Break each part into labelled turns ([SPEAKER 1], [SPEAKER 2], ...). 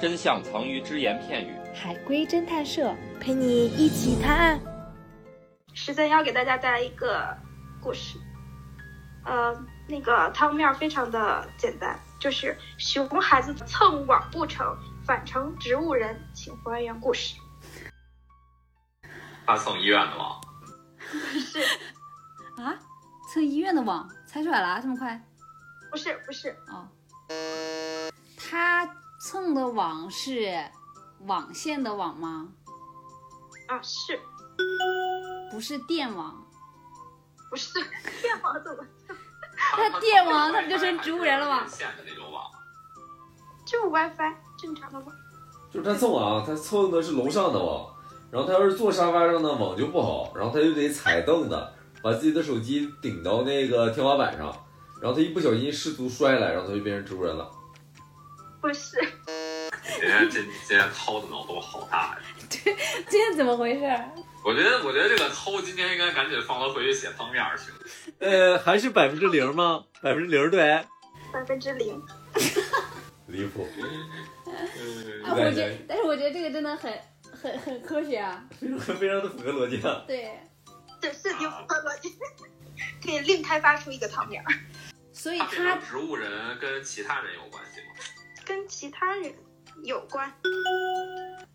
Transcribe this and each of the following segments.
[SPEAKER 1] 真相藏于只言片语。
[SPEAKER 2] 海龟侦探社陪你一起探案。
[SPEAKER 3] 十三幺给大家带来一个故事，呃，那个汤面非常的简单，就是熊孩子蹭网不成，反成植物人，请还原故事。
[SPEAKER 4] 他送医院的网，
[SPEAKER 3] 不是，
[SPEAKER 5] 啊，蹭医院的网，猜出来了啊，这么快？
[SPEAKER 3] 不是，不是，
[SPEAKER 5] 哦，他蹭的网是网线的网吗？
[SPEAKER 3] 啊，是
[SPEAKER 5] 不是电 网，
[SPEAKER 3] 不是？ 电网怎么
[SPEAKER 5] 他电网他不就成植物人了吗
[SPEAKER 4] 还是线的那种网，
[SPEAKER 3] 就 WiFi 正常的吗？
[SPEAKER 6] 就是他蹭网，他蹭的是楼上的网，然后他要是坐沙发上呢，网就不好，然后他就得踩凳子，把自己的手机顶到那个天花板上，然后他一不小心失足摔了，然后他就变成植物人了。
[SPEAKER 3] 不是，
[SPEAKER 4] 人家这今天涛的脑洞好大呀！
[SPEAKER 2] 这怎么回事？
[SPEAKER 4] 我觉得，我觉得这个涛今天应该赶紧放他回去写封面儿去。
[SPEAKER 7] 呃，还是百分之零吗？百分之零对。
[SPEAKER 3] 百分之零。
[SPEAKER 6] 离谱，
[SPEAKER 4] 嗯，
[SPEAKER 5] 啊，我觉得，但是我觉得这个真的很很很科学啊，
[SPEAKER 6] 非常的符合逻辑啊！
[SPEAKER 5] 对，
[SPEAKER 3] 这是挺符合逻辑，可以另开发出一个汤面儿，
[SPEAKER 5] 所以
[SPEAKER 4] 他变
[SPEAKER 5] 他
[SPEAKER 4] 成植物人跟其他人有关系吗？
[SPEAKER 3] 跟其他人有关，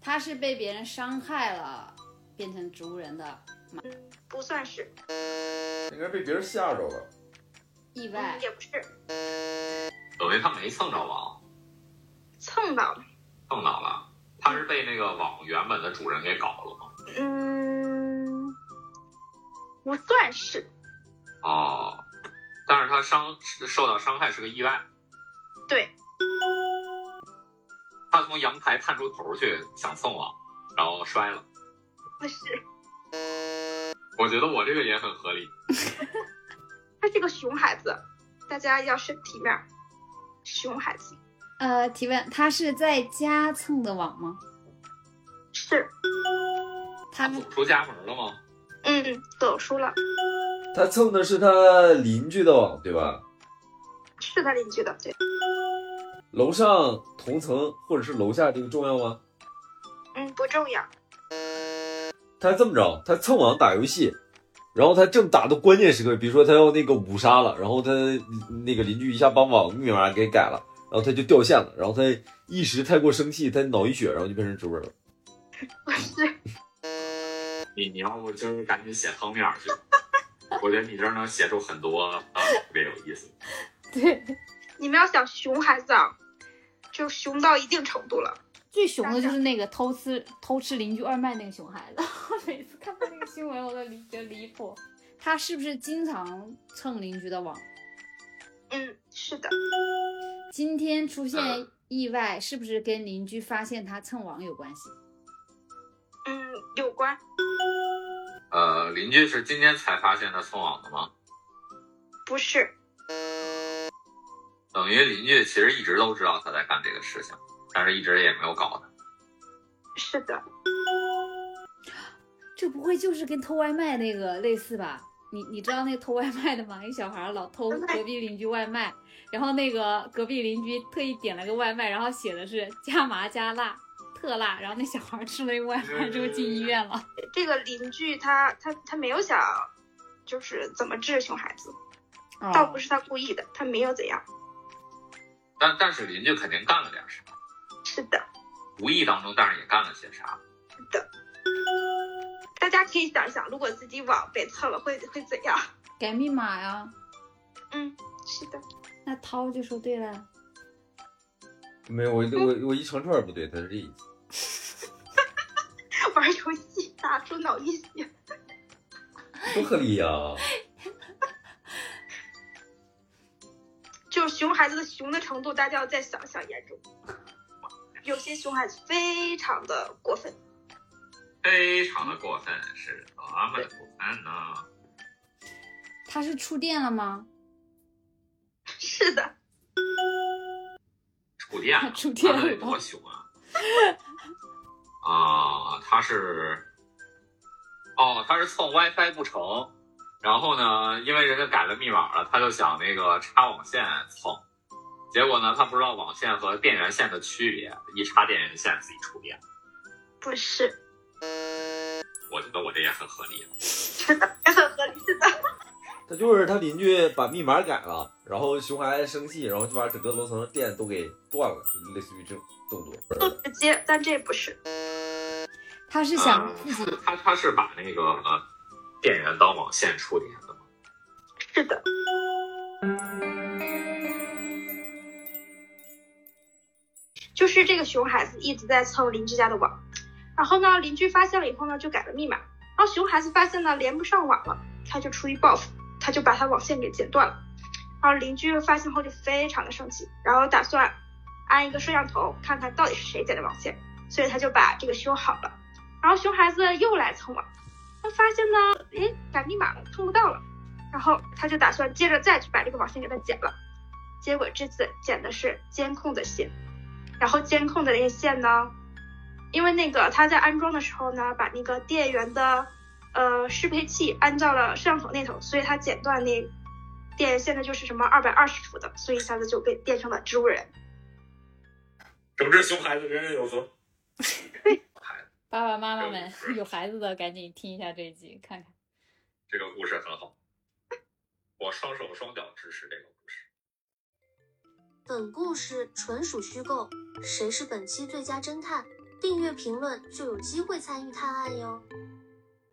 [SPEAKER 5] 他是被别人伤害了，变成植物人的
[SPEAKER 3] 不算是，
[SPEAKER 6] 应该被别人吓着了。
[SPEAKER 5] 意
[SPEAKER 3] 嗯
[SPEAKER 5] 外，
[SPEAKER 3] 也不是
[SPEAKER 4] 等于他没蹭着网，
[SPEAKER 3] 蹭到了，
[SPEAKER 4] 蹭到了，他是被那个网原本的主人给搞了吗？
[SPEAKER 3] 嗯，不算是，
[SPEAKER 4] 哦，但是他伤受到伤害是个意外。
[SPEAKER 3] 对，
[SPEAKER 4] 他从阳台探出头去想蹭网，然后摔了。
[SPEAKER 3] 不是，
[SPEAKER 4] 我觉得我这个也很合理。
[SPEAKER 3] 他是个熊孩子，大家要是体面儿，熊孩子
[SPEAKER 5] 呃，提问，他是在家蹭的网吗？
[SPEAKER 3] 是，
[SPEAKER 5] 他
[SPEAKER 4] 走出家门了吗？
[SPEAKER 3] 嗯，走出了，
[SPEAKER 6] 他蹭的是他邻居的网，对吧？
[SPEAKER 3] 是他邻居的，对，
[SPEAKER 6] 楼上同层或者是楼下这个重要吗？
[SPEAKER 3] 嗯，不重要，
[SPEAKER 6] 他这么着，他蹭网打游戏，然后他正打到关键时刻，比如说他要那个五杀了，然后他那个邻居一下把网密码给改了，然后他就掉线了，然后他一时太过生气，他脑溢血，然后就变成植物人了。
[SPEAKER 3] 不是，
[SPEAKER 4] 你你要不今儿赶紧写封面儿去，我觉得你这儿能写出很多啊，特别有意思。
[SPEAKER 5] 对，
[SPEAKER 3] 你们要想熊孩子啊，就熊到一定程度了，
[SPEAKER 5] 最熊的就是那个偷吃偷吃邻居外卖那个熊孩子， 我每次看到那个新闻我都离觉得离谱。他是不是经常蹭邻居的网？
[SPEAKER 3] 嗯，是的，
[SPEAKER 5] 今天出现
[SPEAKER 4] 嗯
[SPEAKER 5] 意外，是不是跟邻居发现他蹭网有关系？
[SPEAKER 3] 嗯，有关，
[SPEAKER 4] 呃，邻居是今天才发现他送网的吗？
[SPEAKER 3] 不是，
[SPEAKER 4] 等于邻居其实一直都知道他在干这个事情，但是一直也没有搞他。
[SPEAKER 3] 是的，
[SPEAKER 5] 这不会就是跟偷外卖那个类似吧？你你知道那个偷外卖的吗？一小孩儿老偷
[SPEAKER 3] 外卖
[SPEAKER 5] 隔壁邻居外卖，然后那个隔壁邻居特意点了个外卖，然后写的是加麻加辣，特辣，然后那小孩儿吃了一个外卖之后进医院了。
[SPEAKER 3] 这个邻居他他他没有想，就是怎么治熊孩子，倒不是他故意的，他没有怎样，
[SPEAKER 4] 但但是邻居肯定干了点啥，
[SPEAKER 3] 是的，
[SPEAKER 4] 无意当中，但是也干了些啥。
[SPEAKER 3] 大家可以想一想，如果自己网被蹭了会会怎样？
[SPEAKER 5] 改密码呀。
[SPEAKER 3] 嗯，是的，
[SPEAKER 5] 那涛就说对了，
[SPEAKER 6] 没有，我我我一长串不对，他是这意思。
[SPEAKER 3] 玩游戏打出脑溢血，
[SPEAKER 6] 多合理呀、
[SPEAKER 3] 就是熊孩子的熊的程度，大家要再想想严重。有些熊孩子非常的过分，
[SPEAKER 4] 非常的过分，是多么的过分呢？
[SPEAKER 5] 他是触电了吗？
[SPEAKER 3] 是的，
[SPEAKER 4] 触电 了，
[SPEAKER 5] 触电了
[SPEAKER 4] 那得多凶啊！啊，他是，哦，他是蹭 WiFi 不成，然后呢，因为人家改了密码了，他就想那个插网线蹭，结果呢，他不知道网线和电源线的区别，一插电源线自己触电。
[SPEAKER 3] 不是，
[SPEAKER 4] 我觉得我这也很合理。
[SPEAKER 3] 是的，也很合理的。
[SPEAKER 6] 他就是他邻居把密码改了，然后熊孩子生气，然后就把整个楼层的电都给断了，就类似于这种动作。
[SPEAKER 3] 不 直接，但这不是。
[SPEAKER 5] 他是 想
[SPEAKER 4] 啊，
[SPEAKER 5] 自己
[SPEAKER 4] 他他是把那个呃电源当网线触电的嘛？
[SPEAKER 3] 是的，就是这个熊孩子一直在蹭邻居家的网，然后呢，邻居发现了以后呢，就改了密码，然后熊孩子发现呢连不上网了，他就出于报复，他就把他网线给剪断了，然后邻居发现后就非常的生气，然后打算安一个摄像头看看到底是谁剪的网线，所以他就把这个修好了，然后熊孩子又来蹭网，他发现呢，诶，改密码了，蹭不到了。然后他就打算接着再去把这个网线给它剪了，结果这次剪的是监控的线，然后监控的那个线呢，因为那个他在安装的时候呢，把那个电源的呃适配器安到了摄像头那头，所以他剪断那电源线的就是什么二百二十伏的，所以一下子就被变成了植物人。
[SPEAKER 4] 总之，熊孩子人人有责。
[SPEAKER 5] 爸爸妈妈们有孩子的赶紧听一下这一集，看看。
[SPEAKER 4] 这个故事很好，我双手双脚支持这个故事。
[SPEAKER 8] 本故事纯属虚构，谁是本期最佳侦探？订阅评论就有机会参与探案哟。